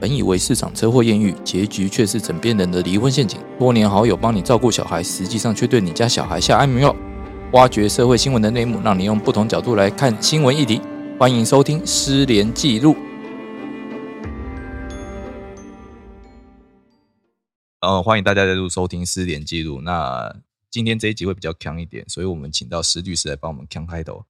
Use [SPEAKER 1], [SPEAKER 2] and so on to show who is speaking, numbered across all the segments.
[SPEAKER 1] 本以为市场车祸艳遇，结局却是枕边人的离婚陷阱。多年好友帮你照顾小孩，实际上却对你家小孩下安眠药。挖掘社会新闻的内幕，让你用不同角度来看新闻议题。欢迎收听《失联记录》。呃，欢迎大家再度收听《失联记录》。那今天这一集会比较强一点，所以我们请到石律师来帮我们强开头。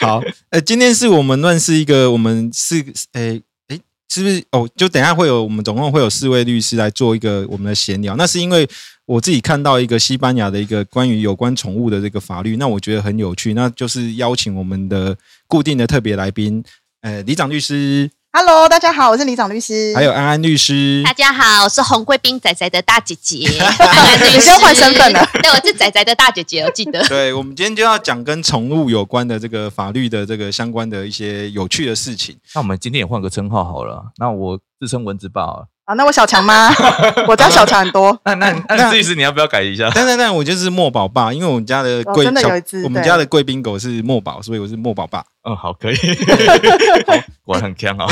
[SPEAKER 2] 好，呃，今天是我们乱是一个，我们是，诶、诶、是不是？哦，就等一下会有我们总共会有四位律师来做一个我们的闲聊。那是因为我自己看到一个西班牙的一个关于有关宠物的这个法律，那我觉得很有趣，那就是邀请我们的固定的特别来宾，呃，李长律师，
[SPEAKER 3] Hello，大家好，我是李长律师。
[SPEAKER 2] 还有安安律师
[SPEAKER 4] 大。家好，我是红贵宾仔仔的大姐 姐，安安律师
[SPEAKER 3] 你先换身份了。
[SPEAKER 4] 对，我是仔仔的大姐姐，我记得。
[SPEAKER 2] 对，我们今天就要讲跟宠物有关的这个法律的这个相关的一些有趣的事情。
[SPEAKER 1] 那我们今天也换个称号好了。那我自称蚊子爸好了。
[SPEAKER 3] 啊，那我小 强吗？我家小强很多，
[SPEAKER 1] 那那那
[SPEAKER 2] 那
[SPEAKER 1] 石律师，你要不要改一下？
[SPEAKER 2] 但但但我就是墨宝爸，因为我们家的
[SPEAKER 3] 哦
[SPEAKER 2] 贵、
[SPEAKER 3] 真的
[SPEAKER 2] 小
[SPEAKER 3] 有一只
[SPEAKER 2] 我们
[SPEAKER 3] 对
[SPEAKER 2] 家的贵宾狗是墨宝，所以我是墨宝爸。
[SPEAKER 1] 嗯，好， 可以。我很强啊。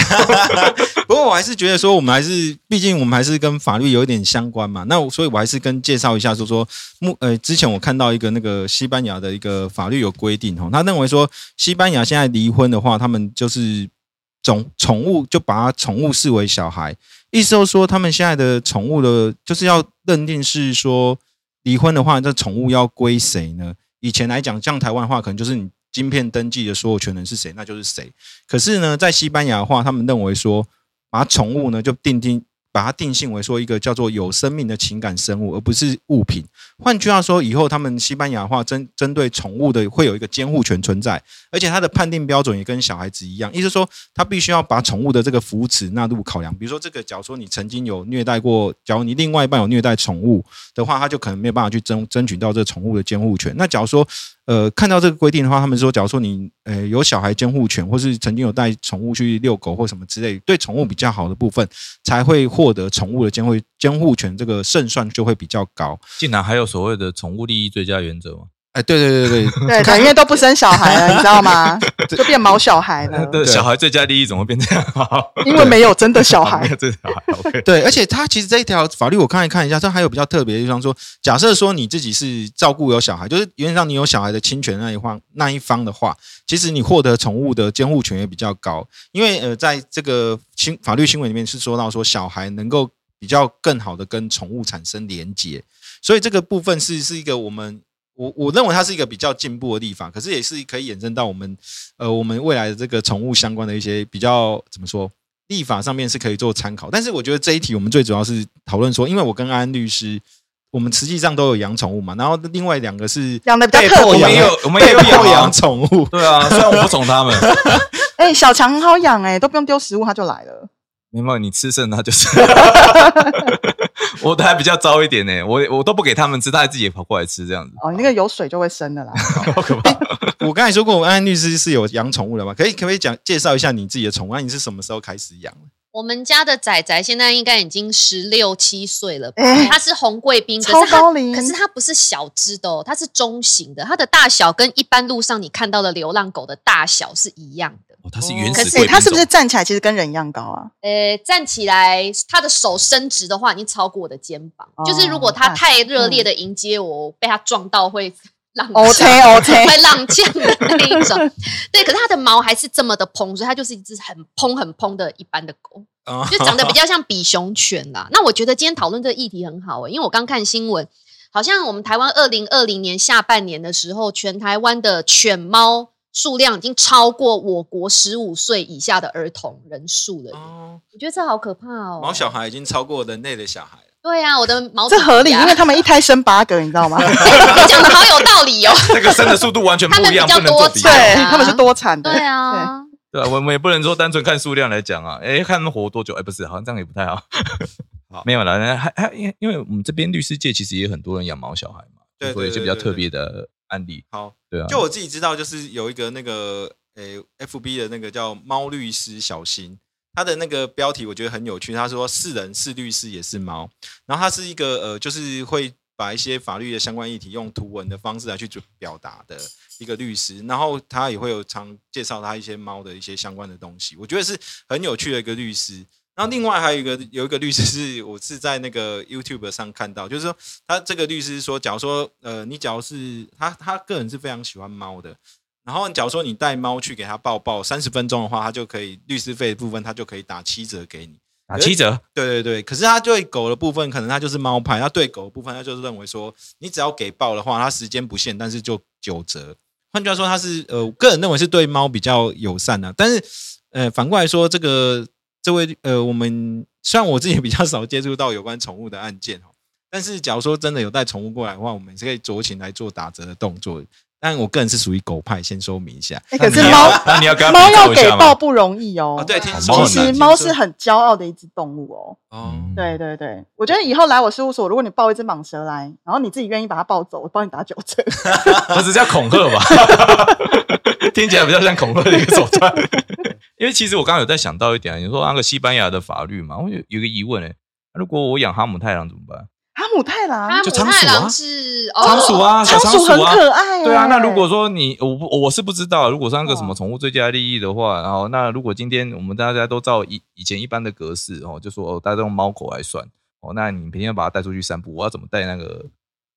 [SPEAKER 2] 不过我还是觉得说，我们还是毕竟我们还是跟法律有一点相关嘛。那我所以我还是跟介绍一下说说，目呃之前我看到一个那个西班牙的一个法律有规定哦，他认为说西班牙现在离婚的话，他们就是宠宠物就把它宠物视为小孩，意思就是说他们现在的宠物的，就是要认定是说离婚的话，这宠物要归谁呢？以前来讲，像台湾的话，可能就是你晶片登记的所有权人是谁，那就是谁。可是呢，在西班牙的话，他们认为说，把宠物呢就定定把它定性为说一个叫做有生命的情感生物，而不是物品。换句话说，以后他们西班牙话针针对宠物的会有一个监护权存在，而且它的判定标准也跟小孩子一样，意思说他必须要把宠物的这个福祉纳入考量。比如说，这个假如说你曾经有虐待过，假如你另外一半有虐待宠物的话，他就可能没有办法去争争取到这宠物的监护权。那假如说呃，看到这个规定的话，他们说，假如说你呃有小孩监护权，或是曾经有带宠物去遛狗或什么之类，对宠物比较好的部分，才会获得宠物的监护监护权，这个胜算就会比较高。
[SPEAKER 1] 竟然还有所谓的宠物利益最佳原则吗？
[SPEAKER 2] 哎，对对对 对
[SPEAKER 3] 对，对因为都不生小孩了，你知道吗？就变毛小孩了，
[SPEAKER 1] 对，小孩最佳利益怎么变这样？ 好
[SPEAKER 3] 因为没有真的小孩
[SPEAKER 1] 没。有最小孩，OK。
[SPEAKER 2] 对，而且它其实这一条法律我看一看一下，它还有比较特别的地方说，假设说你自己是照顾有小孩，就是原则上你有小孩的侵权那一方那一方的话，其实你获得宠物的监护权也比较高，因为呃，在这个新法律新闻里面是说到说小孩能够比较更好的跟宠物产生连结，所以这个部分是是一个我们。我我认为它是一个比较进步的地方，可是也是可以衍生到我们，呃，我们未来的这个宠物相关的一些比较怎么说立法上面是可以做参考，但是我觉得这一题我们最主要是讨论说，因为我跟安律师，我们实际上都有养宠物嘛，然后另外两个是
[SPEAKER 3] 养的比较
[SPEAKER 2] 被
[SPEAKER 3] 特
[SPEAKER 2] 迫
[SPEAKER 1] 我
[SPEAKER 3] 别
[SPEAKER 2] 养
[SPEAKER 1] 们也有，我们也
[SPEAKER 2] 被
[SPEAKER 1] 有
[SPEAKER 2] 迫
[SPEAKER 1] 哎养
[SPEAKER 2] 养
[SPEAKER 1] 啊。
[SPEAKER 2] 宠物，
[SPEAKER 1] 对啊，虽然我不宠他们，
[SPEAKER 3] 哎、小强很好养哎、都不用丢食物，它就来了。
[SPEAKER 1] 没办法，你吃剩他 就是。我的还比较糟一点呢，我我都不给他们吃，他还自己也跑过来吃，这样子。
[SPEAKER 3] 哦，你那个有水就会生的啦。
[SPEAKER 1] 好可怕！
[SPEAKER 2] 我刚才说过，安安律师是有养宠物的嘛？可以可不可以讲介绍一下你自己的宠物？啊你是什么时候开始养？
[SPEAKER 4] 我们家的仔仔现在应该已经十六七岁了吧
[SPEAKER 3] 哎？
[SPEAKER 4] 他是红贵宾，嗯可
[SPEAKER 3] 超
[SPEAKER 4] 是他
[SPEAKER 3] 高龄
[SPEAKER 4] 可是它不是小只的哦，它是中型的，它的大小跟一般路上你看到的流浪狗的大小是一样的。
[SPEAKER 1] 哦，他是原
[SPEAKER 3] 可
[SPEAKER 1] 始
[SPEAKER 3] 是、欸、
[SPEAKER 1] 贵
[SPEAKER 3] 它
[SPEAKER 1] 宾
[SPEAKER 3] 是不
[SPEAKER 1] 种
[SPEAKER 3] 是，站起来其实跟人一样高 啊？
[SPEAKER 4] 呃，站起来，它的手伸直的话，已经超过我的肩膀。
[SPEAKER 3] 哦嗯
[SPEAKER 4] 就是如果它太热烈的迎接我，被它撞到会 浪叫
[SPEAKER 3] OK，OK
[SPEAKER 4] 会浪叫的那一种。对，可是它的毛还是这么的蓬，所以它就是一只很蓬很蓬的一般的狗。
[SPEAKER 1] 哦
[SPEAKER 4] 就长得比较像比熊犬啦。那我觉得今天讨论这个议题很好、欸，因为我刚看新闻，好像我们台湾二零二零年下半年的时候，全台湾的犬猫数量已经超过我国十五岁以下的儿童人数了。
[SPEAKER 2] 哦，
[SPEAKER 4] 我觉得这好可怕哦、
[SPEAKER 2] 毛小孩已经超过人类的小孩了。
[SPEAKER 4] 对啊，我的毛
[SPEAKER 3] 这合理，因为
[SPEAKER 4] 他
[SPEAKER 3] 他们一胎生八个，你知道吗？
[SPEAKER 4] 你讲的好有道理哦、
[SPEAKER 1] 这个生的速度完全不
[SPEAKER 4] 他们
[SPEAKER 1] 一样，
[SPEAKER 4] 比
[SPEAKER 1] 不
[SPEAKER 4] 较
[SPEAKER 1] 能做
[SPEAKER 4] 多
[SPEAKER 1] 比较。
[SPEAKER 3] 对，他们是多产的。
[SPEAKER 4] 对啊，
[SPEAKER 1] 对啊，我们也不能说单纯看数量来讲啊，诶，看他们活多久，诶，不是，好像这样也不太好。
[SPEAKER 2] 好
[SPEAKER 1] 没有啦，那还还因为因为我们这边律师界其实也很多人养毛小孩嘛，
[SPEAKER 2] 对
[SPEAKER 1] 所以
[SPEAKER 2] 对
[SPEAKER 1] 一些比较
[SPEAKER 2] 对对
[SPEAKER 1] 特
[SPEAKER 2] 对
[SPEAKER 1] 别的案例，
[SPEAKER 2] 好，
[SPEAKER 1] 对啊，
[SPEAKER 2] 就我自己知道，就是有一个那个诶、f b 的那个叫猫律师小新，他的那个标题我觉得很有趣。他说是人是律师也是猫，然后他是一个呃，就是会把一些法律的相关议题用图文的方式来去主表达的一个律师，然后他也会有常介绍他一些猫的一些相关的东西，我觉得是很有趣的一个律师。然后另外还有一个有一个律师是我是在那个 YouTube 上看到，就是说他这个律师说，假如说呃你假如是他他个人是非常喜欢猫的，然后假如说你带猫去给他抱抱三十分钟的话，他就可以律师费的部分他就可以打七折给你。
[SPEAKER 1] 打七折，
[SPEAKER 2] 对对对，可是他对狗的部分，可能他就是猫派；他对狗的部分，他就是认为说，你只要给报的话，他时间不限，但是就九折。换句话说，他是呃，我个人认为是对猫比较友善的、但是呃，反过来说，这个这位呃，我们虽然我自己比较少接触到有关宠物的案件哦，但是假如说真的有带宠物过来的话，我们是可以酌情来做打折的动作。但我个人是属于狗派，先说明一下
[SPEAKER 3] 哎可是
[SPEAKER 1] 那你要
[SPEAKER 3] 猫
[SPEAKER 1] 那你要跟他
[SPEAKER 3] 猫
[SPEAKER 1] 比
[SPEAKER 3] 要
[SPEAKER 1] 较一
[SPEAKER 3] 给
[SPEAKER 1] 下
[SPEAKER 3] 抱
[SPEAKER 1] 吗？
[SPEAKER 3] 不容易哦。
[SPEAKER 2] 啊。对，听说
[SPEAKER 1] 猫
[SPEAKER 3] 其
[SPEAKER 1] 很难
[SPEAKER 3] 实
[SPEAKER 2] 听
[SPEAKER 3] 猫
[SPEAKER 2] 说
[SPEAKER 3] 是很骄傲的一只动物哦。
[SPEAKER 2] 哦，
[SPEAKER 3] 对对对，我觉得以后来我事务所，如果你抱一只蟒蛇来，然后你自己愿意把它抱走，我帮你打九 折。
[SPEAKER 1] 他只是叫恐吓吧， 听起来比较像恐吓的一个手段。 因为其实我刚刚有在想到一点啊，你说那个西班牙的法律嘛，我有有个疑问哎、如果我养哈姆太郎怎么办？
[SPEAKER 3] 哈姆太郎
[SPEAKER 4] 哈，
[SPEAKER 1] 就
[SPEAKER 4] 姆
[SPEAKER 1] 仓鼠
[SPEAKER 4] 太
[SPEAKER 1] 啊
[SPEAKER 4] 郎是哦
[SPEAKER 1] 仓鼠啊，小
[SPEAKER 3] 鼠很
[SPEAKER 1] 鼠啊。
[SPEAKER 3] 可爱欸耶。
[SPEAKER 1] 对啊，那如果说你我不我是不知道，如果是那个什么
[SPEAKER 3] 哇
[SPEAKER 1] 宠物最佳利益的话，然后那如果今天我们大家都照以以前一般的格式哦，就说哦，大家都用猫狗来算哦，那你平天把它带出去散步，我要怎么带那个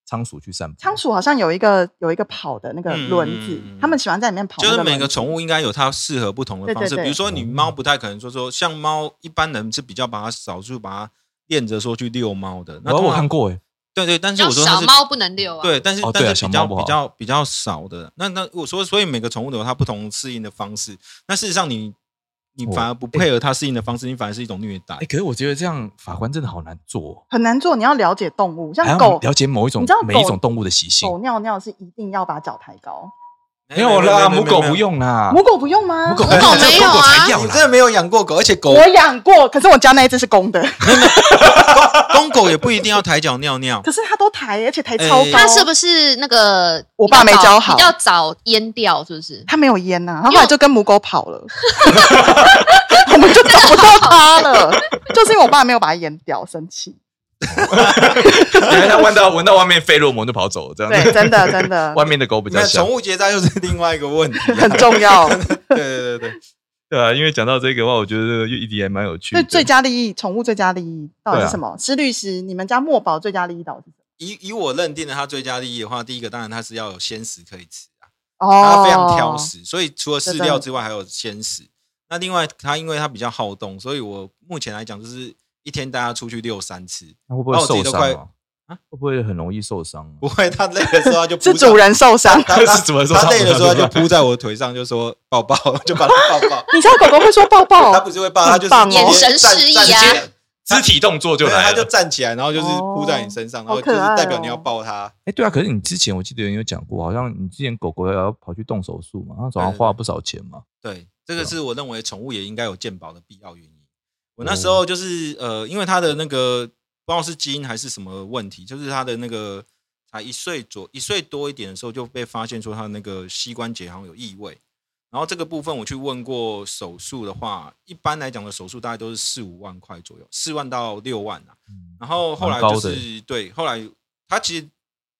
[SPEAKER 1] 仓鼠去散步？
[SPEAKER 3] 仓鼠好像有一个有一个跑的那个轮子
[SPEAKER 2] 嗯，
[SPEAKER 3] 他们喜欢在里面跑
[SPEAKER 2] 就
[SPEAKER 3] 那轮
[SPEAKER 2] 是
[SPEAKER 3] 子。
[SPEAKER 2] 每个宠物应该有它适合不同的方式，
[SPEAKER 3] 对对对
[SPEAKER 2] 比如说
[SPEAKER 1] 嗯
[SPEAKER 2] 你猫不太可能说说像猫，一般人是比较把它少数把它练着说去遛猫的。那
[SPEAKER 1] 我
[SPEAKER 2] 通
[SPEAKER 1] 我
[SPEAKER 2] 常
[SPEAKER 1] 看过哎、
[SPEAKER 2] 对对，但是
[SPEAKER 4] 叫
[SPEAKER 2] 我说它
[SPEAKER 4] 小
[SPEAKER 2] 是
[SPEAKER 4] 猫不能遛啊，
[SPEAKER 2] 对，但是
[SPEAKER 1] 哦对
[SPEAKER 2] 但
[SPEAKER 1] 啊
[SPEAKER 2] 是
[SPEAKER 1] 小
[SPEAKER 2] 比
[SPEAKER 1] 猫
[SPEAKER 2] 较
[SPEAKER 1] 不好
[SPEAKER 2] 比较比较少的。那那我说，所以每个宠物都有它不同适应的方式。那事实上你你
[SPEAKER 1] 我
[SPEAKER 2] 反而不配合它适应的方式，你反而是一种虐待
[SPEAKER 1] 哎、。可是我觉得这样法官真的好难做、
[SPEAKER 3] 很难做，你要了解动物，
[SPEAKER 1] 哦，还
[SPEAKER 3] 像
[SPEAKER 1] 要
[SPEAKER 3] 狗，
[SPEAKER 1] 了解某一种
[SPEAKER 3] 你知道狗
[SPEAKER 1] 每一种动物的习性。
[SPEAKER 3] 狗尿尿是一定要把脚抬高，
[SPEAKER 1] 哎没有啦，
[SPEAKER 2] 没
[SPEAKER 1] 母
[SPEAKER 2] 有
[SPEAKER 1] 狗不。用啦，
[SPEAKER 3] 母狗不用吗？
[SPEAKER 1] 啊母狗
[SPEAKER 4] 母狗没有啊
[SPEAKER 1] 狗才
[SPEAKER 2] 没
[SPEAKER 1] 要
[SPEAKER 2] 有没有没有你
[SPEAKER 1] 啦
[SPEAKER 2] 真。的没有养过狗，而且狗
[SPEAKER 3] 我养过，可是我家那一只是公的，
[SPEAKER 2] 公狗也不一定要抬脚 尿尿。
[SPEAKER 3] 可是它都抬，而且抬超高。
[SPEAKER 2] 哎
[SPEAKER 4] 它是不是那个
[SPEAKER 3] 我爸没教好
[SPEAKER 4] 比较早淹掉，是不是？
[SPEAKER 3] 它没有烟呐、它后来就跟母狗跑了， 我们就找不到它了，就是因为我爸没有把它淹掉，生气。
[SPEAKER 1] 你看它闻到闻到外面费洛蒙就跑走了，这样
[SPEAKER 3] 对，
[SPEAKER 1] 子。
[SPEAKER 3] 真的真 的
[SPEAKER 1] 外面的狗比较
[SPEAKER 2] 那
[SPEAKER 1] 香
[SPEAKER 2] 宠。物结扎又是另外一个问题 啊。
[SPEAKER 3] 很重要。
[SPEAKER 2] 对对对对。对
[SPEAKER 1] 对啊，因为讲到这个的话，我觉得这个议题还蛮有趣的。
[SPEAKER 3] 所以最佳利益，宠物最佳利益到底
[SPEAKER 1] 对啊
[SPEAKER 3] 是什么？施律师，你们家墨宝最佳利益到底是什
[SPEAKER 2] 以以我认定的它最佳利益的话，第一个当然它是要有鲜食可以吃啊，
[SPEAKER 3] 么？
[SPEAKER 2] 它
[SPEAKER 3] 哦，
[SPEAKER 2] 非常挑。食，所以除了饲料之外还有鲜食。那另外它因为它比较好动，所以我目前来讲就是一天带它出去遛三次，
[SPEAKER 1] 那会不会
[SPEAKER 2] 那我自
[SPEAKER 1] 受
[SPEAKER 2] 己都
[SPEAKER 1] 伤
[SPEAKER 2] 快
[SPEAKER 1] 啊？啊会不会很容易受伤啊？
[SPEAKER 2] 不会它累的时候它就扑
[SPEAKER 3] 是
[SPEAKER 2] 在
[SPEAKER 3] 主人受伤。
[SPEAKER 1] 是怎么受
[SPEAKER 2] 它
[SPEAKER 1] 伤？
[SPEAKER 2] 累的时候它就
[SPEAKER 1] 就
[SPEAKER 2] 扑在我腿上，就说抱抱，就把它抱抱。
[SPEAKER 3] 你知道狗狗会说抱
[SPEAKER 2] 它
[SPEAKER 3] 抱
[SPEAKER 2] 不，是会抱，它就是
[SPEAKER 3] 很棒哦
[SPEAKER 2] 直接
[SPEAKER 3] 眼
[SPEAKER 4] 神示意啊
[SPEAKER 2] 站站起来
[SPEAKER 1] 肢体动作就
[SPEAKER 2] 对，
[SPEAKER 1] 来
[SPEAKER 2] 它就
[SPEAKER 1] 了。
[SPEAKER 2] 站起来，然后就是扑在你身上，然后
[SPEAKER 3] 好
[SPEAKER 2] 就
[SPEAKER 3] 可
[SPEAKER 2] 是
[SPEAKER 3] 爱
[SPEAKER 2] 代表你
[SPEAKER 3] 哦
[SPEAKER 2] 要抱它。
[SPEAKER 1] 哎，对啊，可是你之前我记得你有讲过，好像你之前狗狗要跑去动手术嘛，然后早上花了不少钱嘛。
[SPEAKER 2] 对，这个
[SPEAKER 1] 对啊
[SPEAKER 2] 是我认为宠物也应该有鉴宝的必要原因。我那时
[SPEAKER 1] 哦
[SPEAKER 2] 候就是、呃，因为它的那个不知道是基因还是什么问题，就是它的那个才一岁左一岁多一点的时候就被发现说它那个膝关节好像有异味。然后这个部分我去问过手术的话，一般来讲的手术大概都是四五万块左右，四万到六万啊。然后后
[SPEAKER 1] 嗯
[SPEAKER 2] 来
[SPEAKER 1] 蛮
[SPEAKER 2] 就
[SPEAKER 1] 高的欸
[SPEAKER 2] 是对，后来他其实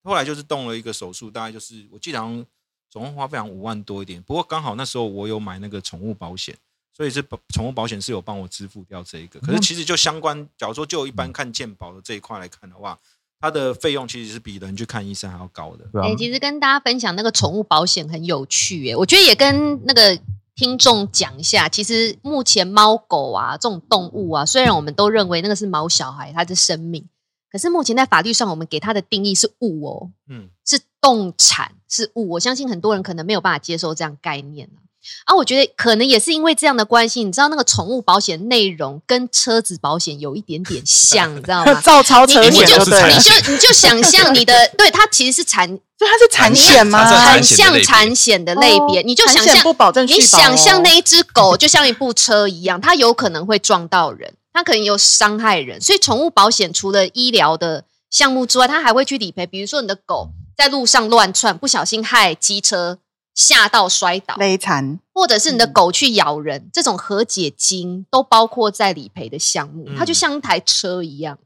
[SPEAKER 2] 后来就是动了一个手术，大概就是我记得好像总共花费好像五万多一点。不过刚好那时候我有买那个宠物保险，所以是保宠物保险是有帮我支付掉这一个。可是其实就相关，假如说就一般看健保的这一块来看的话，它的费用其实是比人去看医生还要高的。
[SPEAKER 1] 对啊
[SPEAKER 4] 哎、，其实跟大家分享那个宠物保险很有趣耶、我觉得也跟那个听众讲一下，其实目前猫狗啊这种动物啊，虽然我们都认为那个是毛小孩，它的生命，可是目前在法律上我们给它的定义是物哦，
[SPEAKER 2] 嗯，
[SPEAKER 4] 是动产是物，我相信很多人可能没有办法接受这样概念啊。啊，我觉得可能也是因为这样的关系，你知道那个宠物保险内容跟车子保险有一点点像，你 知道吗？
[SPEAKER 3] 照超
[SPEAKER 4] 你
[SPEAKER 3] 车
[SPEAKER 4] 你
[SPEAKER 3] 险
[SPEAKER 4] 就
[SPEAKER 3] 就对了
[SPEAKER 4] 你，就你就想象你的，对它其实是产
[SPEAKER 3] 所以它是产险吗？
[SPEAKER 1] 产
[SPEAKER 4] 很
[SPEAKER 1] 产险的类
[SPEAKER 4] 像
[SPEAKER 1] 别
[SPEAKER 4] 产险的类别，
[SPEAKER 3] 哦
[SPEAKER 4] 你就想
[SPEAKER 3] 产险不
[SPEAKER 4] 象
[SPEAKER 3] 保证续保
[SPEAKER 4] 你
[SPEAKER 3] 哦
[SPEAKER 4] 想象那一只狗就像一部车一样，它有可能会撞到人，它可能有伤害人，所以宠物保险除了医疗的项目之外，它还会去理赔，比如说你的狗在路上乱窜，不小心害机车吓到摔倒，
[SPEAKER 3] 勒残，
[SPEAKER 4] 或者是你的狗去咬人，这种和解金都包括在理赔的项目，
[SPEAKER 2] 嗯
[SPEAKER 4] 它就像一台车一样。
[SPEAKER 5] 哦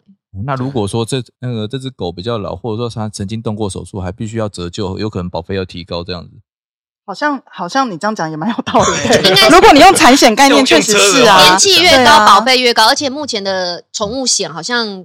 [SPEAKER 5] 那如果说这那个这只狗比较老，或者说它曾经动过手术，还必须要折旧，有可能保费要提高这样子。
[SPEAKER 3] 好像好像你这样讲也蛮有道理
[SPEAKER 4] 应该
[SPEAKER 3] 的。
[SPEAKER 4] 是
[SPEAKER 3] 如果你用产险概念，确实是啊。
[SPEAKER 4] 年纪越
[SPEAKER 3] 对
[SPEAKER 4] 高，
[SPEAKER 3] 啊
[SPEAKER 4] 保费越高，而且目前的宠物险好像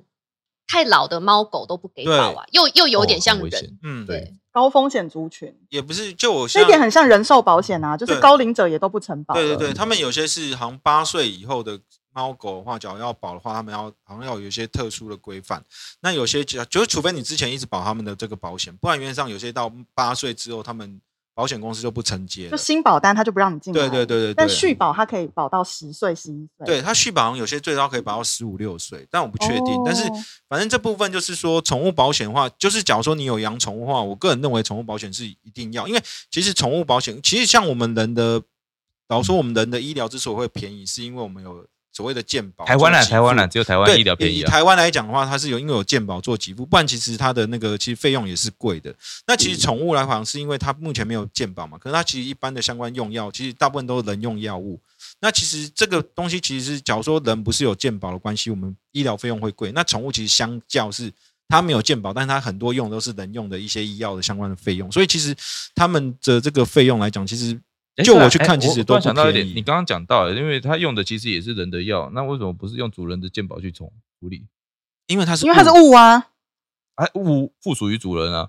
[SPEAKER 4] 太老的猫狗都不给保啊，又又有点像
[SPEAKER 5] 哦很危
[SPEAKER 4] 人。
[SPEAKER 5] 险
[SPEAKER 2] 嗯，
[SPEAKER 4] 对
[SPEAKER 3] 高风险族群，
[SPEAKER 2] 也不是，就我
[SPEAKER 3] 这一
[SPEAKER 2] 像
[SPEAKER 3] 点很像人寿保险啊，就是
[SPEAKER 2] 对
[SPEAKER 3] 高龄者也都不承保了。
[SPEAKER 2] 对对对，他们有些是好像八岁以后的猫狗的话，假如要保的话，他们要好像要有一些特殊的规范。那有些就就是，除非你之前一直保他们的这个保险，不然原则上有些到八岁之后，他们保险公司就不承接
[SPEAKER 3] 就
[SPEAKER 2] 了。
[SPEAKER 3] 新保单他就不让你进来。
[SPEAKER 2] 对对对对对，
[SPEAKER 3] 但续保它可以保到十岁、十一岁。
[SPEAKER 2] 对它续保好像有些最高可以保到十五六岁，但我不确定。
[SPEAKER 3] 哦
[SPEAKER 2] 但是反正这部分就是说，宠物保险的话，就是假如说你有养宠物的话，我个人认为宠物保险是一定要，因为其实宠物保险其实像我们人的，老实说我们人的医疗之所以会便宜，是因为我们有所谓的健保。
[SPEAKER 1] 台湾啦，
[SPEAKER 2] 做给付
[SPEAKER 1] 台湾啦，。只有台湾
[SPEAKER 2] 对，
[SPEAKER 1] 医疗便宜
[SPEAKER 2] 以
[SPEAKER 1] 啊。
[SPEAKER 2] 台湾来讲的话，它是有因为有健保做给付，不然其实它的那个其实费用也是贵的。那
[SPEAKER 1] 嗯
[SPEAKER 2] 其实宠物来讲，是因为它目前没有健保嘛，可是它其实一般的相关用药，其实大部分都是人用药物。那其实这个东西其实是，假如说人不是有健保的关系，我们医疗费用会贵。那宠物其实相较是它没有健保，但是它很多用都是人用的一些医药的相关的费用，所以其实他们的这个费用来讲，其实
[SPEAKER 1] 诶
[SPEAKER 2] 就
[SPEAKER 1] 对啊
[SPEAKER 2] 我去
[SPEAKER 1] 诶
[SPEAKER 2] 看其实
[SPEAKER 1] 我
[SPEAKER 2] 都
[SPEAKER 1] 突然
[SPEAKER 2] 不
[SPEAKER 1] 想到一
[SPEAKER 2] 便
[SPEAKER 1] 点，
[SPEAKER 2] 宜
[SPEAKER 1] 你。刚刚讲到了，因为他用的其实也是人的药，那为什么不是用主人的健保去重处理？
[SPEAKER 2] 因为它 是
[SPEAKER 3] 因为它是
[SPEAKER 2] 物
[SPEAKER 3] 物啊。
[SPEAKER 1] 啊，物附属于主人啊，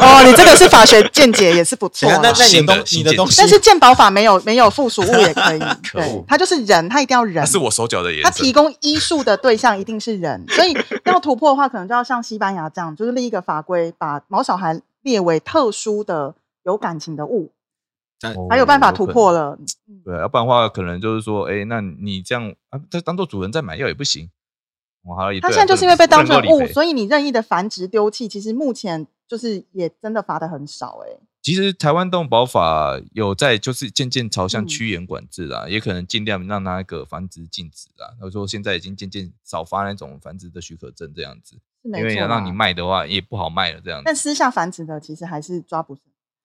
[SPEAKER 3] 哦，你这个是法学见解也是不错
[SPEAKER 2] 等一 下
[SPEAKER 3] 啊。
[SPEAKER 2] 那那你
[SPEAKER 1] 新
[SPEAKER 2] 的
[SPEAKER 1] 的
[SPEAKER 2] 东
[SPEAKER 1] 新建
[SPEAKER 2] 你的东西，
[SPEAKER 3] 但是健保法没有没有附属物也 可以，对
[SPEAKER 1] 恶，
[SPEAKER 3] 它就是人，它一定要人
[SPEAKER 1] 那。是我手脚的延
[SPEAKER 3] 它
[SPEAKER 1] 伸
[SPEAKER 3] 啊提。供医术的对象一定是人，所以要突破的话，可能就要像西班牙这样，就是立一个法规，把毛小孩列为特殊的有感情的物，才有办法突破
[SPEAKER 1] 了。
[SPEAKER 3] 了。
[SPEAKER 1] 哦对啊，要不然的话，可能就是说，哎，那你这样啊，这当做主人在买药也不行。我好像也
[SPEAKER 3] 它
[SPEAKER 1] 对啊
[SPEAKER 3] 现在就是因为被当成
[SPEAKER 1] 不能够
[SPEAKER 3] 物，
[SPEAKER 1] 理赔
[SPEAKER 3] 所以你任意的繁殖丢弃，其实目前就是也真的罚的很少哎、欸
[SPEAKER 1] 其实台湾动保法有在就是渐渐朝向
[SPEAKER 3] 嗯
[SPEAKER 1] 趋严管制啦，也可能尽量让它那个繁殖禁止啦。然后说现在已经渐渐少发那种繁殖的许可证这样子，
[SPEAKER 3] 是没
[SPEAKER 1] 因为
[SPEAKER 3] 错啦。
[SPEAKER 1] 让你卖的话也不好卖了这样子
[SPEAKER 3] 但，私下繁殖的其实还是抓不住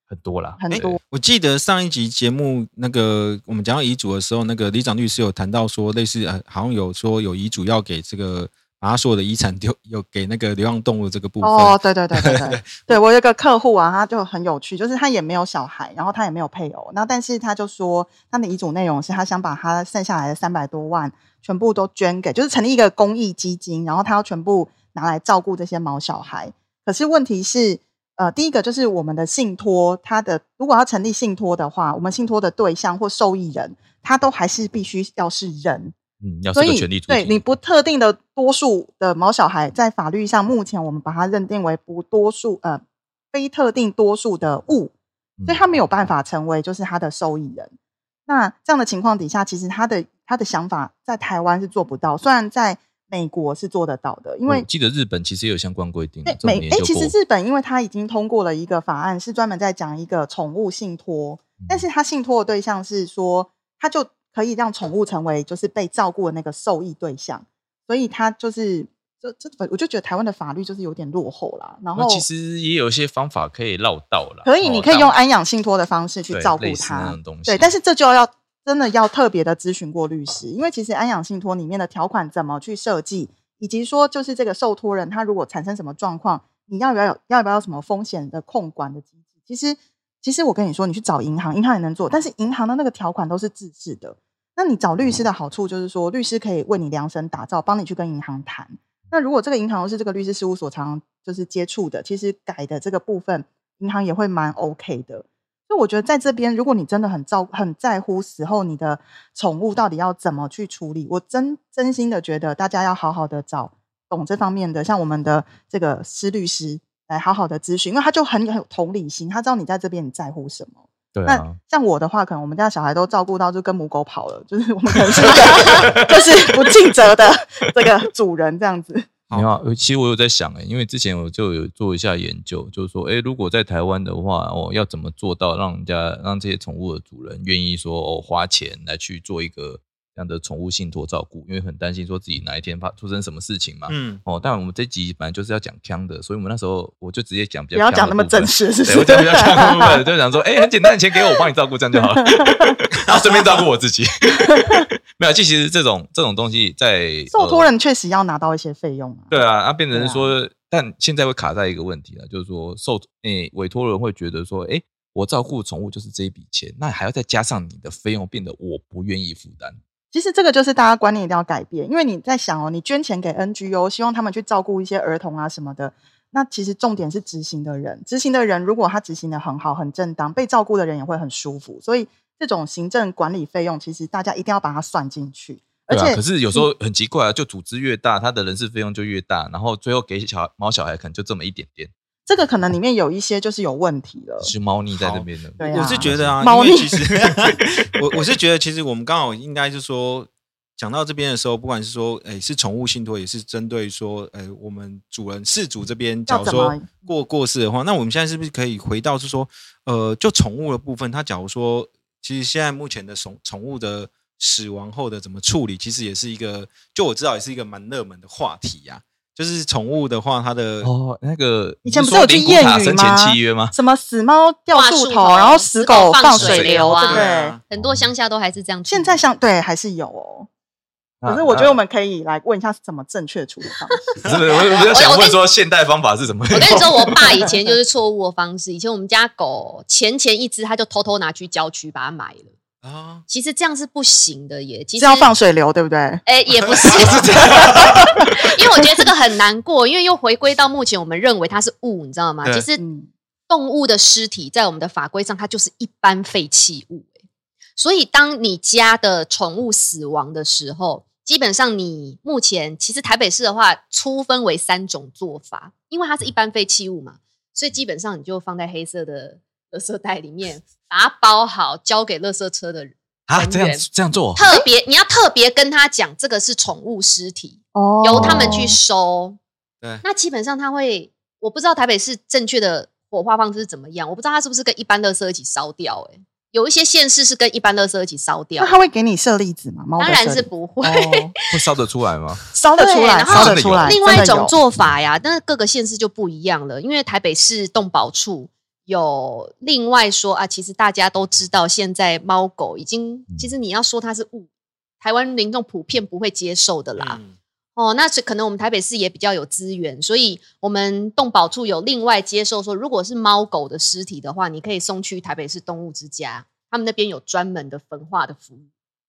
[SPEAKER 1] 很多啦，
[SPEAKER 3] 很
[SPEAKER 1] 对
[SPEAKER 3] 多。
[SPEAKER 2] 我记得上一集节目那个我们讲到遗嘱的时候，那个李长律师有谈到说，类似呃，好像有说有遗嘱要给这个把他所有的遗产丢，有给那个流浪动物这个部分。
[SPEAKER 3] 哦，对对对 对对，对我有一个客户啊，他就很有趣，就是他也没有小孩，然后他也没有配偶，那但是他就说他的遗嘱内容是他想把他剩下来的三百多万全部都捐给，就是成立一个公益基金，然后他要全部拿来照顾这些毛小孩。可是问题是，呃，第一个就是我们的信托，它的如果要成立信托的话，我们信托的对象或受益人，他都还是必须要是人，
[SPEAKER 1] 嗯，要是
[SPEAKER 3] 所
[SPEAKER 1] 个
[SPEAKER 3] 以
[SPEAKER 1] 权利主
[SPEAKER 3] 对
[SPEAKER 1] 体，
[SPEAKER 3] 你不特定的多数的毛小孩，在法律上目前我们把它认定为不多数呃非特定多数的物，
[SPEAKER 1] 嗯
[SPEAKER 3] 所以他没有办法成为就是他的受益人。那这样的情况底下，其实他的他的想法在台湾是做不到，虽然在美国是做得到的，因为
[SPEAKER 1] 我记得日本其实也有相关规定，啊
[SPEAKER 3] 对，
[SPEAKER 1] 这我们
[SPEAKER 3] 美
[SPEAKER 1] 研
[SPEAKER 3] 哎、
[SPEAKER 1] 究
[SPEAKER 3] 其实
[SPEAKER 1] 过。
[SPEAKER 3] 日本因为它已经通过了一个法案，是专门在讲一个宠物信托，
[SPEAKER 1] 嗯
[SPEAKER 3] 但是它信托的对象是说，它就可以让宠物成为就是被照顾的那个受益对象，所以它就是这这，我就觉得台湾的法律就是有点落后啦。然后
[SPEAKER 1] 那其实也有一些方法可以绕道啦。
[SPEAKER 3] 可以，
[SPEAKER 1] 哦
[SPEAKER 3] 你可以用
[SPEAKER 1] 让
[SPEAKER 3] 安养信托的方式去
[SPEAKER 1] 对
[SPEAKER 3] 照顾
[SPEAKER 1] 类似那
[SPEAKER 3] 它
[SPEAKER 1] 种，东西，
[SPEAKER 3] 对，但是这就要真的要特别的咨询过律师，因为其实安养信托里面的条款怎么去设计，以及说就是这个受托人他如果产生什么状况，你要不要有要不要有什么风险的控管的机制？其实其实我跟你说，你去找银行，银行也能做，但是银行的那个条款都是自治的。那你找律师的好处就是说，律师可以为你量身打造，帮你去跟银行谈。那如果这个银行又是这个律师事务所常常就是接触的，其实改的这个部分，银行也会蛮 OK 的。所以我觉得在这边，如果你真的很照很在乎死后你的宠物到底要怎么去处理，我真真心的觉得大家要好好的找懂这方面的，像我们的这个施律师来好好的咨询，因为他就很很有同理心，他知道你在这边你在乎什么。
[SPEAKER 1] 对
[SPEAKER 3] 那
[SPEAKER 1] 啊，
[SPEAKER 3] 像我的话，可能我们家小孩都照顾到就跟母狗跑了，就是我们可能 是一个就是不尽责的这个主人这样子。
[SPEAKER 2] 好
[SPEAKER 1] 没有啊，呃其实我有在想哎、因为之前我就有做一下研究，就是说，哎、如果在台湾的话，哦，要怎么做到让人家让这些宠物的主人愿意说哦花钱来去做一个这样的宠物信托照顾，因为很担心说自己哪一天怕出生什么事情嘛。
[SPEAKER 2] 嗯，
[SPEAKER 1] 哦，但我们这集本来就是要讲腔的，所以我们那时候我就直接讲比
[SPEAKER 3] 不
[SPEAKER 1] 较
[SPEAKER 3] 要
[SPEAKER 1] 呛
[SPEAKER 3] 讲
[SPEAKER 1] 的
[SPEAKER 3] 那么
[SPEAKER 1] 部分
[SPEAKER 3] 正式，是 不
[SPEAKER 1] 对，我讲比
[SPEAKER 3] 是？
[SPEAKER 1] 较强的部分，就想说，哎、很简单，你钱给我，我帮你照顾，这样就好了，然后顺便照顾我自己。 没有，其实这种这种东西在
[SPEAKER 3] 受托、
[SPEAKER 1] 呃
[SPEAKER 3] 人确实要拿到一些费用啊。
[SPEAKER 1] 对啊，啊，变成是说，但现在会卡在一个问题啊，就是说受诶、委托人会觉得说，哎、我照顾宠物就是这一笔钱，那还要再加上你的费用，变得我不愿意负担。
[SPEAKER 3] 其实这个就是大家观念一定要改变，因为你在想哦，你捐钱给 NGO，希望他们去照顾一些儿童啊什么的。那其实重点是执行的人，执行的人如果他执行的很好、很正当，被照顾的人也会很舒服。所以这种行政管理费用，其实大家一定要把它算进去。而
[SPEAKER 1] 对
[SPEAKER 3] 且，嗯
[SPEAKER 1] 啊，可是有时候很奇怪啊，就组织越大，它的人事费用就越大，然后最后给小猫小孩可能就这么一点点，
[SPEAKER 3] 这个可能里面有一些就是有问题了。
[SPEAKER 1] 是猫腻在那边的。
[SPEAKER 3] 对啊
[SPEAKER 2] 我是觉得啊，因
[SPEAKER 3] 猫
[SPEAKER 2] 为
[SPEAKER 3] 腻
[SPEAKER 2] 其 实我我是觉得，其实我们刚好应该是说，讲到这边的时候，不管是说，哎，是宠物信托，也是针对说，哎，我们主人事主这边，假如
[SPEAKER 3] 要
[SPEAKER 2] 说
[SPEAKER 3] 怎么
[SPEAKER 2] 过过世的话，那我们现在是不是可以回到是说，呃，就宠物的部分，它假如说，其实现在目前的宠宠物的死亡后的怎么处理，其实也是一个，就我知道也是一个蛮热门的话题呀、就是宠物的话，它的
[SPEAKER 1] 哦，那个
[SPEAKER 3] 以前
[SPEAKER 1] 你
[SPEAKER 3] 不是有
[SPEAKER 1] 说
[SPEAKER 3] 句
[SPEAKER 1] 灵骨塔
[SPEAKER 3] 谚语
[SPEAKER 1] 生前
[SPEAKER 3] 吗
[SPEAKER 1] 契约吗？
[SPEAKER 3] 什么死猫掉
[SPEAKER 4] 挂
[SPEAKER 3] 树
[SPEAKER 4] 树
[SPEAKER 3] 头，
[SPEAKER 4] 头
[SPEAKER 3] 然后
[SPEAKER 4] 死
[SPEAKER 3] 死
[SPEAKER 4] 狗
[SPEAKER 3] 狗
[SPEAKER 4] 放
[SPEAKER 3] 放
[SPEAKER 4] 水
[SPEAKER 3] 流，
[SPEAKER 4] 流啊
[SPEAKER 3] 对不
[SPEAKER 2] 对
[SPEAKER 3] 对？
[SPEAKER 1] 嗯
[SPEAKER 2] 啊
[SPEAKER 4] 很多乡下都还是这样处理。
[SPEAKER 3] 现在想对还是有哦。可是
[SPEAKER 1] 啊
[SPEAKER 3] 我觉得
[SPEAKER 1] 啊
[SPEAKER 3] 我们可以来问一下，怎么正确处理方式？
[SPEAKER 1] 不是，我我就
[SPEAKER 4] 我
[SPEAKER 1] 想
[SPEAKER 4] 我跟
[SPEAKER 1] 问说，现代方法是什么？
[SPEAKER 4] 我跟你说，我爸以前就是错误的方式。以前我们家狗前前一只，他就偷偷拿去郊区把它买了。
[SPEAKER 2] 啊，
[SPEAKER 4] 其实这样是不行的耶。其
[SPEAKER 3] 是
[SPEAKER 4] 实
[SPEAKER 3] 要放水流，对不对？
[SPEAKER 4] 哎、也不 是，因为我觉得这个很难过，因为又回归到目前我们认为它是物，你知道吗？
[SPEAKER 2] 对
[SPEAKER 4] 其 实
[SPEAKER 3] 嗯，
[SPEAKER 4] 动物的尸体在我们的法规上，它就是一般废弃物、欸所以，当你家的宠物死亡的时候，基本上你目前其实台北市的话，粗分为三种做法，因为它是一般废弃物嘛，所以基本上你就放在黑色的 垃圾袋里面，把它包好，交给垃圾车的人。
[SPEAKER 1] 啊，
[SPEAKER 4] 成
[SPEAKER 1] 这样
[SPEAKER 4] 员
[SPEAKER 1] 这样做，
[SPEAKER 4] 特别，你要特别跟他讲，这个是宠物尸体，
[SPEAKER 3] 哦
[SPEAKER 4] 由他们去收。
[SPEAKER 2] 对
[SPEAKER 4] 那基本上他会，我不知道台北市正确的火化方式是怎么样，我不知道它是不是跟一般垃圾一起烧掉、欸。有一些县市是跟一般垃圾一起烧掉
[SPEAKER 3] 那，他会给你设例子吗？猫的
[SPEAKER 4] 当然
[SPEAKER 3] 设
[SPEAKER 4] 是
[SPEAKER 3] 立
[SPEAKER 4] 不会。
[SPEAKER 3] 哦
[SPEAKER 1] 会烧得出来吗？
[SPEAKER 3] 烧得出
[SPEAKER 4] 对
[SPEAKER 3] 来，
[SPEAKER 4] 然后
[SPEAKER 3] 烧得出来。
[SPEAKER 4] 另外一
[SPEAKER 3] 哦真的
[SPEAKER 4] 种
[SPEAKER 3] 有
[SPEAKER 4] 做法呀，但是各个县市就不一样了，因为台北市动保处有另外说啊，其实大家都知道，现在猫狗已经，其实你要说它是物，台湾民众普遍不会接受的啦。
[SPEAKER 2] 嗯
[SPEAKER 4] 哦，那是可能我们台北市也比较有资源，所以我们动保处有另外接受说，如果是猫狗的尸体的话，你可以送去台北市动物之家，他们那边有专门的焚化的服务，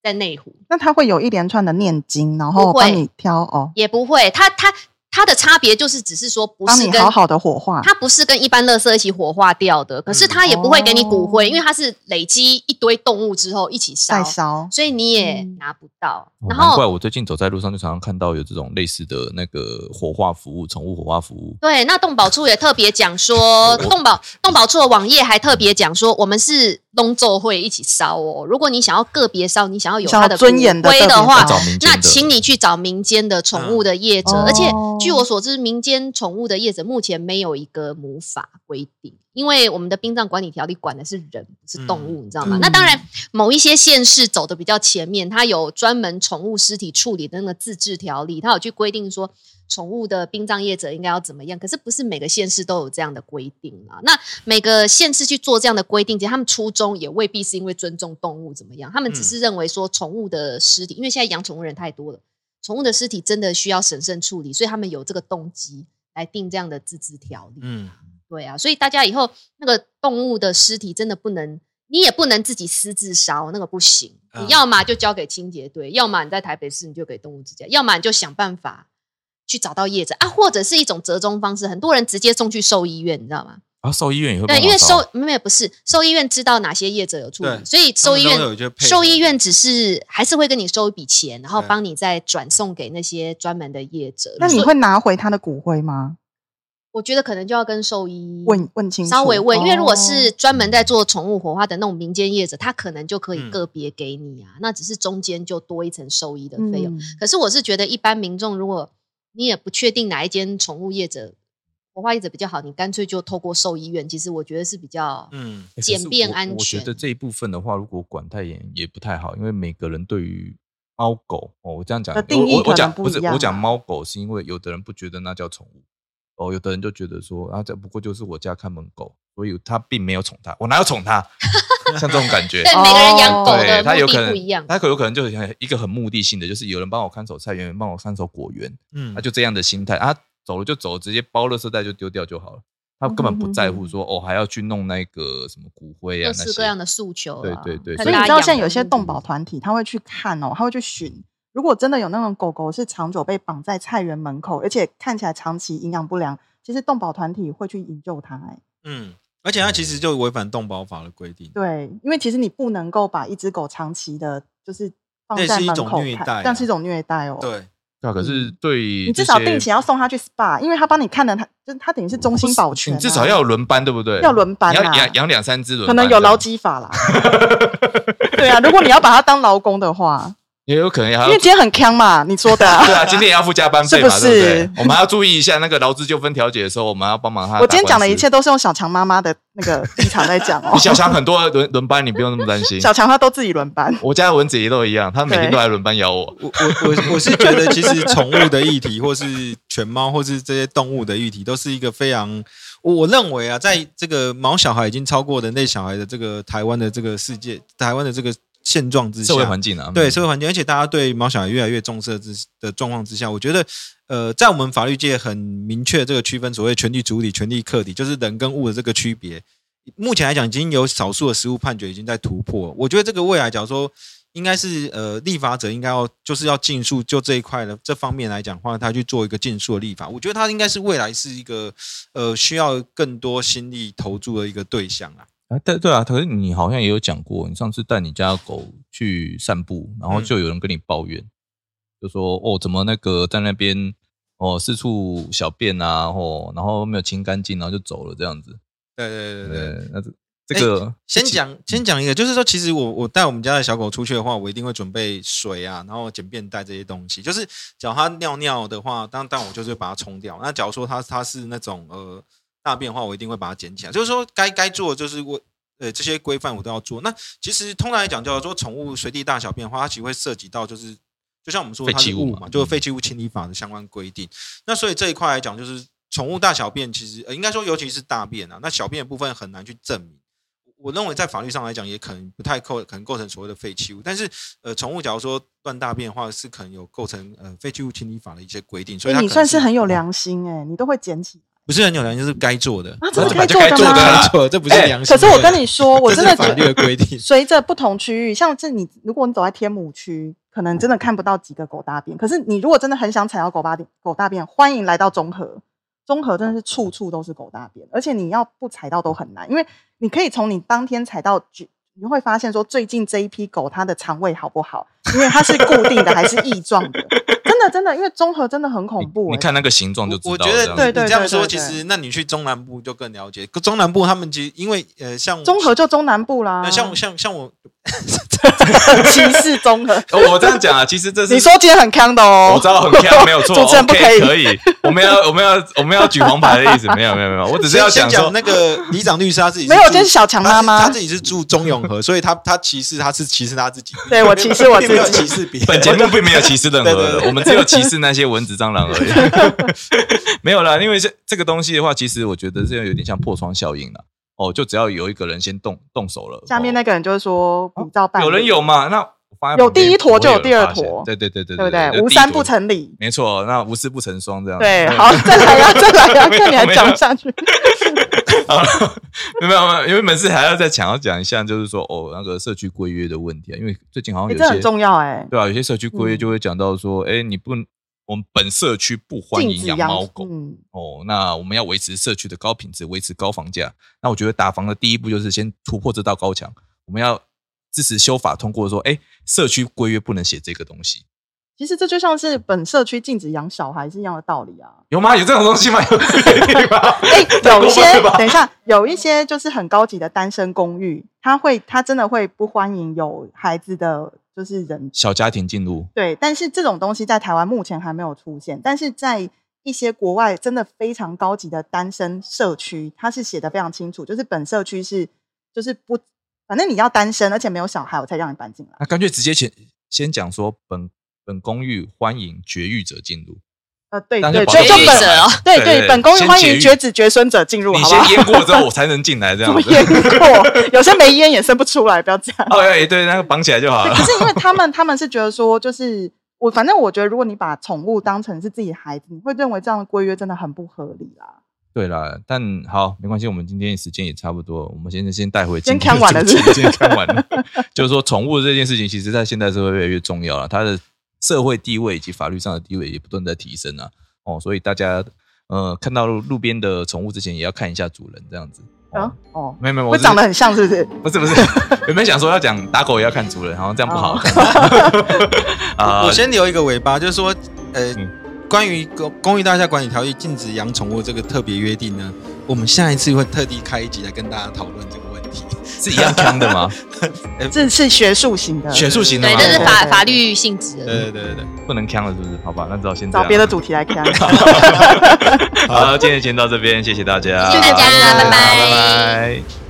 [SPEAKER 4] 在内湖
[SPEAKER 3] 那他会有一连串的念经，然后
[SPEAKER 4] 不会
[SPEAKER 3] 帮你挑哦，
[SPEAKER 4] 也不会，它它它的差别就是只是说不
[SPEAKER 3] 帮
[SPEAKER 4] 是
[SPEAKER 3] 你
[SPEAKER 4] 跟
[SPEAKER 3] 好好的火化。嗯
[SPEAKER 4] 它不是跟一般垃圾一起火化掉的，可是它也不会给你骨灰，因为它是累积一堆动物之后一起烧
[SPEAKER 3] 哦再，烧，
[SPEAKER 4] 所以你也
[SPEAKER 3] 嗯
[SPEAKER 4] 拿不
[SPEAKER 1] 哦
[SPEAKER 4] 到。然
[SPEAKER 1] 难怪
[SPEAKER 4] 后
[SPEAKER 1] 我最近走在路上就常常看到有这种类似的那个火化服务，宠物火化服务。
[SPEAKER 4] 对，那动保处也特别讲说，动保动保处的网页还特别讲说，我们是东咒会一起烧哦。如果你想要个别烧，你想要有
[SPEAKER 3] 想要
[SPEAKER 4] 它的
[SPEAKER 3] 尊严
[SPEAKER 4] 骨
[SPEAKER 3] 的
[SPEAKER 4] 灰
[SPEAKER 3] 个别
[SPEAKER 4] 话
[SPEAKER 3] 烧，
[SPEAKER 1] 找民间
[SPEAKER 4] 啊
[SPEAKER 1] 的
[SPEAKER 4] 那请你去找民间的宠物的业者，
[SPEAKER 3] 嗯
[SPEAKER 4] 而且
[SPEAKER 3] 哦
[SPEAKER 4] 据我所知，民间宠物的业者目前没有一个母法规定，因为我们的殡葬管理条例管的是人，不是动物，你知道吗？
[SPEAKER 3] 嗯
[SPEAKER 4] 那当然，某一些县市走的比较前面，它有专门宠物尸体处理的那个自治条例，它有去规定说。宠物的殡葬业者应该要怎么样？可是不是每个县市都有这样的规定啊。那每个县市去做这样的规定，其实他们初衷也未必是因为尊重动物怎么样，他们只是认为说宠物的尸体，因为现在养宠物人太多了，宠物的尸体真的需要审慎处理，所以他们有这个动机来定这样的自治条例。
[SPEAKER 2] 嗯，
[SPEAKER 4] 对啊，所以大家以后那个动物的尸体真的不能，你也不能自己私自烧，那个不行。
[SPEAKER 2] 啊
[SPEAKER 4] 你要么就交给清洁队，要么你在台北市你就给动物之家，要么你就想办法去找到业者啊，或者是一种折中方式。很多人直接送去兽医院，你知道吗？
[SPEAKER 1] 啊，兽医院也会帮
[SPEAKER 4] 对，因为
[SPEAKER 1] 忙
[SPEAKER 4] 兽没有不是兽医院知道哪些业者有处理，
[SPEAKER 2] 对
[SPEAKER 4] 所以
[SPEAKER 2] 他
[SPEAKER 4] 兽
[SPEAKER 2] 们
[SPEAKER 4] 医
[SPEAKER 2] 都
[SPEAKER 4] 院
[SPEAKER 2] 有一些配合
[SPEAKER 4] 兽医院只是还是会跟你收一笔钱，然后
[SPEAKER 2] 对
[SPEAKER 4] 帮你再转送给那些专门的业者。
[SPEAKER 3] 那你
[SPEAKER 4] 所以
[SPEAKER 3] 会拿回他的骨灰吗？
[SPEAKER 4] 我觉得可能就要跟兽医
[SPEAKER 3] 问问清楚，
[SPEAKER 4] 稍微问，因为如果是
[SPEAKER 3] 哦
[SPEAKER 4] 专门在做宠物火化的那种民间业者，他可能就可以
[SPEAKER 2] 嗯
[SPEAKER 4] 个别给你啊，那只是中间就多一层兽医的费用。
[SPEAKER 3] 嗯
[SPEAKER 4] 可是我是觉得，一般民众如果你也不确定哪一间宠物业者火化业者比较好，你干脆就透过兽医院，其实我觉得是比较
[SPEAKER 2] 嗯，
[SPEAKER 1] 欸可
[SPEAKER 4] 简
[SPEAKER 1] 是
[SPEAKER 4] 便
[SPEAKER 1] 我
[SPEAKER 4] 安
[SPEAKER 1] 我觉
[SPEAKER 4] 全
[SPEAKER 1] 得这一部分的话，如果管太严也不太好，因为每个人对于猫狗哦，我这样讲
[SPEAKER 3] 的，
[SPEAKER 1] 我
[SPEAKER 3] 定义
[SPEAKER 1] 我我
[SPEAKER 3] 可能
[SPEAKER 1] 讲
[SPEAKER 3] 不
[SPEAKER 1] 不是
[SPEAKER 3] 一样
[SPEAKER 1] 我讲
[SPEAKER 3] 啊
[SPEAKER 1] 猫狗，是因为有的人不觉得那叫宠物，哦，有的人就觉得说啊，这不过就是我家看门狗，所以他并没有宠它，我哪有宠它？像这种感 觉，
[SPEAKER 4] 对，
[SPEAKER 3] 哦
[SPEAKER 4] 每个人养狗
[SPEAKER 1] 对
[SPEAKER 4] 的
[SPEAKER 1] 他有
[SPEAKER 4] 目
[SPEAKER 1] 可
[SPEAKER 4] 的
[SPEAKER 1] 能
[SPEAKER 4] 不一样。
[SPEAKER 1] 他可有可能就是很一个很目的性的，就是有人帮我看守菜园，有人帮我看守果园，
[SPEAKER 2] 嗯
[SPEAKER 1] 他就这样的心态啊，走了就走，直接包垃圾袋就丢掉就好了。他根本不在乎说哦，还要去弄那个什么骨灰啊
[SPEAKER 4] 各
[SPEAKER 1] 那
[SPEAKER 4] 式
[SPEAKER 1] 些
[SPEAKER 4] 各样的诉求啊，
[SPEAKER 1] 对对对
[SPEAKER 4] 看
[SPEAKER 3] 所以你
[SPEAKER 4] 大
[SPEAKER 3] 知
[SPEAKER 4] 家
[SPEAKER 3] 道
[SPEAKER 4] 养
[SPEAKER 3] 现在
[SPEAKER 4] 的
[SPEAKER 3] 有些
[SPEAKER 4] 目的
[SPEAKER 3] 动保团体他会去看哦，他会去巡。如果真的有那种狗狗是长久被绑在菜园门口，而且看起来长期营养不良，其实动保团体会去营救它、哎，
[SPEAKER 2] 嗯，而且它其实就违反动保法的规定。
[SPEAKER 3] 对，因为其实你不能够把一只狗长期的，就是放
[SPEAKER 2] 那
[SPEAKER 3] 在
[SPEAKER 2] 是一
[SPEAKER 3] 门
[SPEAKER 2] 种
[SPEAKER 3] 口
[SPEAKER 2] 虐
[SPEAKER 3] 看
[SPEAKER 2] 待啊
[SPEAKER 3] 但是一种虐待哦。，
[SPEAKER 2] 对，
[SPEAKER 1] 对啊，可是
[SPEAKER 3] 嗯
[SPEAKER 1] 对
[SPEAKER 3] 你
[SPEAKER 1] 你
[SPEAKER 3] 至少定期要送它去 SPA，因为它帮你看的，它就是它等于是中心保全、啊，
[SPEAKER 1] 你至少要有轮班对不对？
[SPEAKER 3] 要轮班
[SPEAKER 1] 你要
[SPEAKER 3] 啊
[SPEAKER 1] 养养两三只轮
[SPEAKER 3] 可
[SPEAKER 1] 班，
[SPEAKER 3] 能有
[SPEAKER 1] 这样
[SPEAKER 3] 劳，基法 啦。对啊，如果你要把它当劳工的话，
[SPEAKER 1] 也有可能还
[SPEAKER 3] 因
[SPEAKER 1] 要
[SPEAKER 3] 为。今天很坑嘛，你说的、
[SPEAKER 1] 对啊，今天也要付加班费嘛，
[SPEAKER 3] 是不
[SPEAKER 1] 对
[SPEAKER 3] 是
[SPEAKER 1] 对？我们还要注意一下那个劳资纠纷调解的时候，我们要帮忙他。
[SPEAKER 3] 我今天讲的一切，都是用小强妈妈的那 个立场在讲哦
[SPEAKER 1] 你。小强很多轮轮班，你不用那么担心。
[SPEAKER 3] 小强他都自己轮班，
[SPEAKER 1] 我家的蚊子也都一样，它每天都来轮班咬我。
[SPEAKER 2] 我我我我是觉得，其实宠物的议题，或是犬猫，或是这些动物的议题，都是一个非常，我我认为啊，在这个毛小孩已经超过人类小孩的这个台湾的这个世界，台湾的这个现状之下，
[SPEAKER 1] 社会环境啊，
[SPEAKER 2] 对社会环境，而且大家对毛小孩越来越重视之的状况之下，我觉得，呃，在我们法律界很明确这个区分，所谓权利主体、权利客体，就是人跟物的这个区别。目前来讲，已经有少数的实务判决已经在突破。我觉得这个未来，假如说应该是呃，立法者应该要就是要尽速就这一块的这方面来讲的话，他去做一个尽速的立法。我觉得他应该是未来是一个呃需要更多心力投注的一个对象啊。
[SPEAKER 1] 啊，对对啊，可是你好像也有讲过，你上次带你家的狗去散步，然
[SPEAKER 3] 嗯
[SPEAKER 1] 后就有人跟你抱怨，就说哦，怎么那个在那边哦四处小便啊，哦，然后没有清干净，然后就走了这样子。
[SPEAKER 2] 对对对对对。
[SPEAKER 1] 对，那这这
[SPEAKER 3] 哎
[SPEAKER 1] 个、
[SPEAKER 2] 先讲先讲一个，就是说，其实我我带我们家的小狗出去的话，我一定会准备水啊，然后简便袋这些东西。就是只要它尿尿的话，当当然我就是会把它冲掉。那假如说它它是那种呃大便的话，我一定会把它捡起来。就是说该该做的就是我。呃，这些规范我都要做。那其实通常来讲，叫做宠物随地大小便的话，它其实会涉及到就是，就像我们说它
[SPEAKER 1] 废
[SPEAKER 2] 是
[SPEAKER 1] 弃物
[SPEAKER 2] 物
[SPEAKER 1] 嘛嗯
[SPEAKER 2] 嘛，就是废弃物清理法的相关规定。那所以这一块来讲，就是宠物大小便，其实呃应该说尤其是大便啊，那小便的部分很难去证明。我认为在法律上来讲，也可能不太构，可能构成所谓的废弃物。但是，呃，宠物假如说乱大便的话，是可能有构成呃废弃物清理法的一些规定，所以它
[SPEAKER 3] 你
[SPEAKER 2] 可能
[SPEAKER 3] 算是很有良心哎、你都会捡起
[SPEAKER 2] 不是很有良心，就是该做的，
[SPEAKER 3] 啊这是
[SPEAKER 2] 本来
[SPEAKER 3] 该
[SPEAKER 2] 就该
[SPEAKER 3] 做的
[SPEAKER 2] 做
[SPEAKER 3] 吗
[SPEAKER 2] 啦错，这不是
[SPEAKER 1] 哎
[SPEAKER 2] 良心。
[SPEAKER 3] 可是我跟 你说，我
[SPEAKER 2] 这
[SPEAKER 3] 真
[SPEAKER 2] 是
[SPEAKER 3] 的
[SPEAKER 2] 法
[SPEAKER 3] 觉。
[SPEAKER 2] 律的规定
[SPEAKER 3] 随着不同区域，像这你，如果你走在天母区，可
[SPEAKER 1] 嗯
[SPEAKER 3] 能真的看不到几个狗大便。可是你如果真的很想踩到狗大便，狗大便，欢迎来到中和。中和
[SPEAKER 1] 哦
[SPEAKER 3] 真的是处处都是狗大便，而且你要不踩到都很难，因为你可以从你当天踩到几，你会发现说最近这一批狗它的肠胃好不好，因为它是固定的还是异状 的，真的真的，因为中和真的很恐怖、
[SPEAKER 1] 你
[SPEAKER 3] 欸。
[SPEAKER 1] 你看那个形状就知道
[SPEAKER 2] 我
[SPEAKER 1] 了
[SPEAKER 2] 我
[SPEAKER 1] 这
[SPEAKER 2] 觉
[SPEAKER 1] 样子。
[SPEAKER 2] 得
[SPEAKER 3] 对
[SPEAKER 2] 你
[SPEAKER 3] 对
[SPEAKER 2] 你这样说，
[SPEAKER 3] 对
[SPEAKER 2] 其
[SPEAKER 3] 对
[SPEAKER 2] 实那你去中南部就更了解。中南部他们其实因为呃，像
[SPEAKER 3] 欸中和就中南部啦，
[SPEAKER 2] 呃像像像我，
[SPEAKER 3] 歧视中 和。
[SPEAKER 1] 哦我这样讲啊，其实这是
[SPEAKER 3] 你说今天很康的哦，
[SPEAKER 1] 我知道很漂没有错，
[SPEAKER 3] 主持人不
[SPEAKER 1] OK，
[SPEAKER 3] 可以。
[SPEAKER 1] 可以，我们要我们要我们要举黄牌的意思，没有没有没有，我只是要
[SPEAKER 2] 先
[SPEAKER 1] 讲
[SPEAKER 2] 先
[SPEAKER 1] 说
[SPEAKER 2] 讲那个里长律师他自己
[SPEAKER 3] 没有，
[SPEAKER 2] 住
[SPEAKER 3] 这是小强妈
[SPEAKER 2] 他
[SPEAKER 3] 妈
[SPEAKER 2] 是他。自己是住中永和，所以他他歧视他是歧视他自己，
[SPEAKER 3] 对我 歧视我自
[SPEAKER 2] 并没有
[SPEAKER 3] 己。
[SPEAKER 2] 歧视别人。
[SPEAKER 1] 本节目并没有歧视任何
[SPEAKER 2] 对对
[SPEAKER 1] 人，
[SPEAKER 2] 对
[SPEAKER 1] 我们只有歧视那些蚊子、蟑螂而已。 没有啦，因为这这个东西的话，其实我觉得这有点像破窗效应了。哦，就只要有一个人先动动手了，
[SPEAKER 3] 下面
[SPEAKER 1] 哦
[SPEAKER 3] 那个人就是说比照办理，
[SPEAKER 1] 有人有嘛？那我放在
[SPEAKER 3] 有
[SPEAKER 1] 旁边
[SPEAKER 3] 第一坨
[SPEAKER 1] 不会
[SPEAKER 3] 就有
[SPEAKER 1] 人
[SPEAKER 3] 第二
[SPEAKER 1] 发现
[SPEAKER 3] 坨
[SPEAKER 1] 对对对对
[SPEAKER 3] 对不
[SPEAKER 1] 对，
[SPEAKER 3] 对？
[SPEAKER 1] 就
[SPEAKER 3] 无
[SPEAKER 1] 第一
[SPEAKER 3] 三
[SPEAKER 1] 坨
[SPEAKER 3] 不成理。
[SPEAKER 1] 没错，那无事不成双这样。
[SPEAKER 3] 对，好，再来呀，再来呀，看你还讲不 下去。
[SPEAKER 1] 好了，没有没有，因为每次还要再想要讲一下，就是说哦，那个社区规约的问题啊，因为最近好像
[SPEAKER 3] 哎，
[SPEAKER 1] 有
[SPEAKER 3] 这很
[SPEAKER 1] 些
[SPEAKER 3] 重要哎，
[SPEAKER 1] 对啊，有些社区规约
[SPEAKER 3] 嗯
[SPEAKER 1] 就会讲到说，哎、你不，我们本社区不欢
[SPEAKER 3] 禁
[SPEAKER 1] 迎
[SPEAKER 3] 止
[SPEAKER 1] 养
[SPEAKER 3] 养
[SPEAKER 1] 猫狗、
[SPEAKER 3] 嗯，
[SPEAKER 1] 哦，那我们要维持社区的高品质，维持高房价。那我觉得打房的第一步就是先突破这道高墙，我们要支持修法通过说，哎、社区规约不能写这个东西，
[SPEAKER 3] 其实这就像是本社区禁止养小孩是一样的道 理啊。
[SPEAKER 1] 有吗？有这种东西吗？有 规定吗
[SPEAKER 3] 哎，有一些
[SPEAKER 1] 太过分了吧
[SPEAKER 3] 等一下，有一些就是很高级的单身公寓，他会他真的会不欢迎有孩子的就是人
[SPEAKER 1] 小家庭进入，
[SPEAKER 3] 对，但是这种东西在台湾目前还没有出现，但是在一些国外真的非常高级的单身社区，它是写的非常清楚，就是本社区是就是不，反正你要单身，而且没有小孩，我才让你搬进来。
[SPEAKER 1] 啊那干脆直接写先讲说本本公寓欢迎绝育者进入，
[SPEAKER 3] 呃，对
[SPEAKER 1] 但是
[SPEAKER 3] 对，
[SPEAKER 1] 保
[SPEAKER 3] 就
[SPEAKER 1] 全
[SPEAKER 3] 就
[SPEAKER 4] 育者
[SPEAKER 3] 本
[SPEAKER 4] 哦
[SPEAKER 3] 对
[SPEAKER 1] 对
[SPEAKER 3] 对，
[SPEAKER 1] 对
[SPEAKER 3] 本公寓
[SPEAKER 1] 先
[SPEAKER 3] 欢
[SPEAKER 1] 绝
[SPEAKER 3] 迎
[SPEAKER 1] 育
[SPEAKER 3] 绝子绝孙者进入，
[SPEAKER 1] 你
[SPEAKER 3] 好不
[SPEAKER 1] 先
[SPEAKER 3] 好？
[SPEAKER 1] 腌过之后我才能进 来这
[SPEAKER 3] 这
[SPEAKER 1] 样
[SPEAKER 3] 么
[SPEAKER 1] 子。
[SPEAKER 3] 严过，有些没烟也生不出来，不要这样。
[SPEAKER 1] 对哎对，那个绑起来就好
[SPEAKER 3] 对，
[SPEAKER 1] 了
[SPEAKER 3] 可。是因为他们他们是觉得说，就是我反正我觉得，如果你把宠物当成是自己孩子，你会认为这样的规约真的很不合理啦。
[SPEAKER 1] 对啦，但好没关系，我们今天时间也差不多了，我们先先带回今
[SPEAKER 3] 先
[SPEAKER 1] 天
[SPEAKER 3] 看完
[SPEAKER 1] 的
[SPEAKER 3] 了
[SPEAKER 1] 主
[SPEAKER 3] 是不
[SPEAKER 1] 题，先看完了。就是说，宠物这件事情，其实在现代社会越来越重要了，它的社会地位以及法律上的地位也不断地在提升啊。哦，所以大家呃看到路路边的宠物之前，也要看一下主人这样子。哦
[SPEAKER 3] 啊，，哦，
[SPEAKER 1] 没有没有，我
[SPEAKER 3] 会
[SPEAKER 1] 是
[SPEAKER 3] 长得很像，是不是？
[SPEAKER 1] 不是不是，原本想说要讲打狗也要看主人，好像这样不好
[SPEAKER 3] 哦。
[SPEAKER 1] 啊
[SPEAKER 2] 我先留一个尾巴，就是说，呃
[SPEAKER 1] 嗯，
[SPEAKER 2] 关于公公寓大厦管理条例禁止养宠物这个特别约定呢，我们下一次会特地开一集来跟大家讨论这个问题。
[SPEAKER 1] 是一样枪的吗？啊
[SPEAKER 3] 这是学术型的，
[SPEAKER 2] 学术型的
[SPEAKER 4] 对，
[SPEAKER 2] 嘛，
[SPEAKER 4] 这是
[SPEAKER 2] 对
[SPEAKER 4] 法
[SPEAKER 3] 对
[SPEAKER 4] 法律性质的。
[SPEAKER 2] 对对对对，
[SPEAKER 1] 不能枪了是不是？好吧，那只好先这
[SPEAKER 3] 找
[SPEAKER 1] 样
[SPEAKER 3] 别的主题来看。
[SPEAKER 1] 好，今天先到这边，谢谢大家，
[SPEAKER 4] 谢谢大家
[SPEAKER 1] 好拜
[SPEAKER 4] 拜拜
[SPEAKER 1] 拜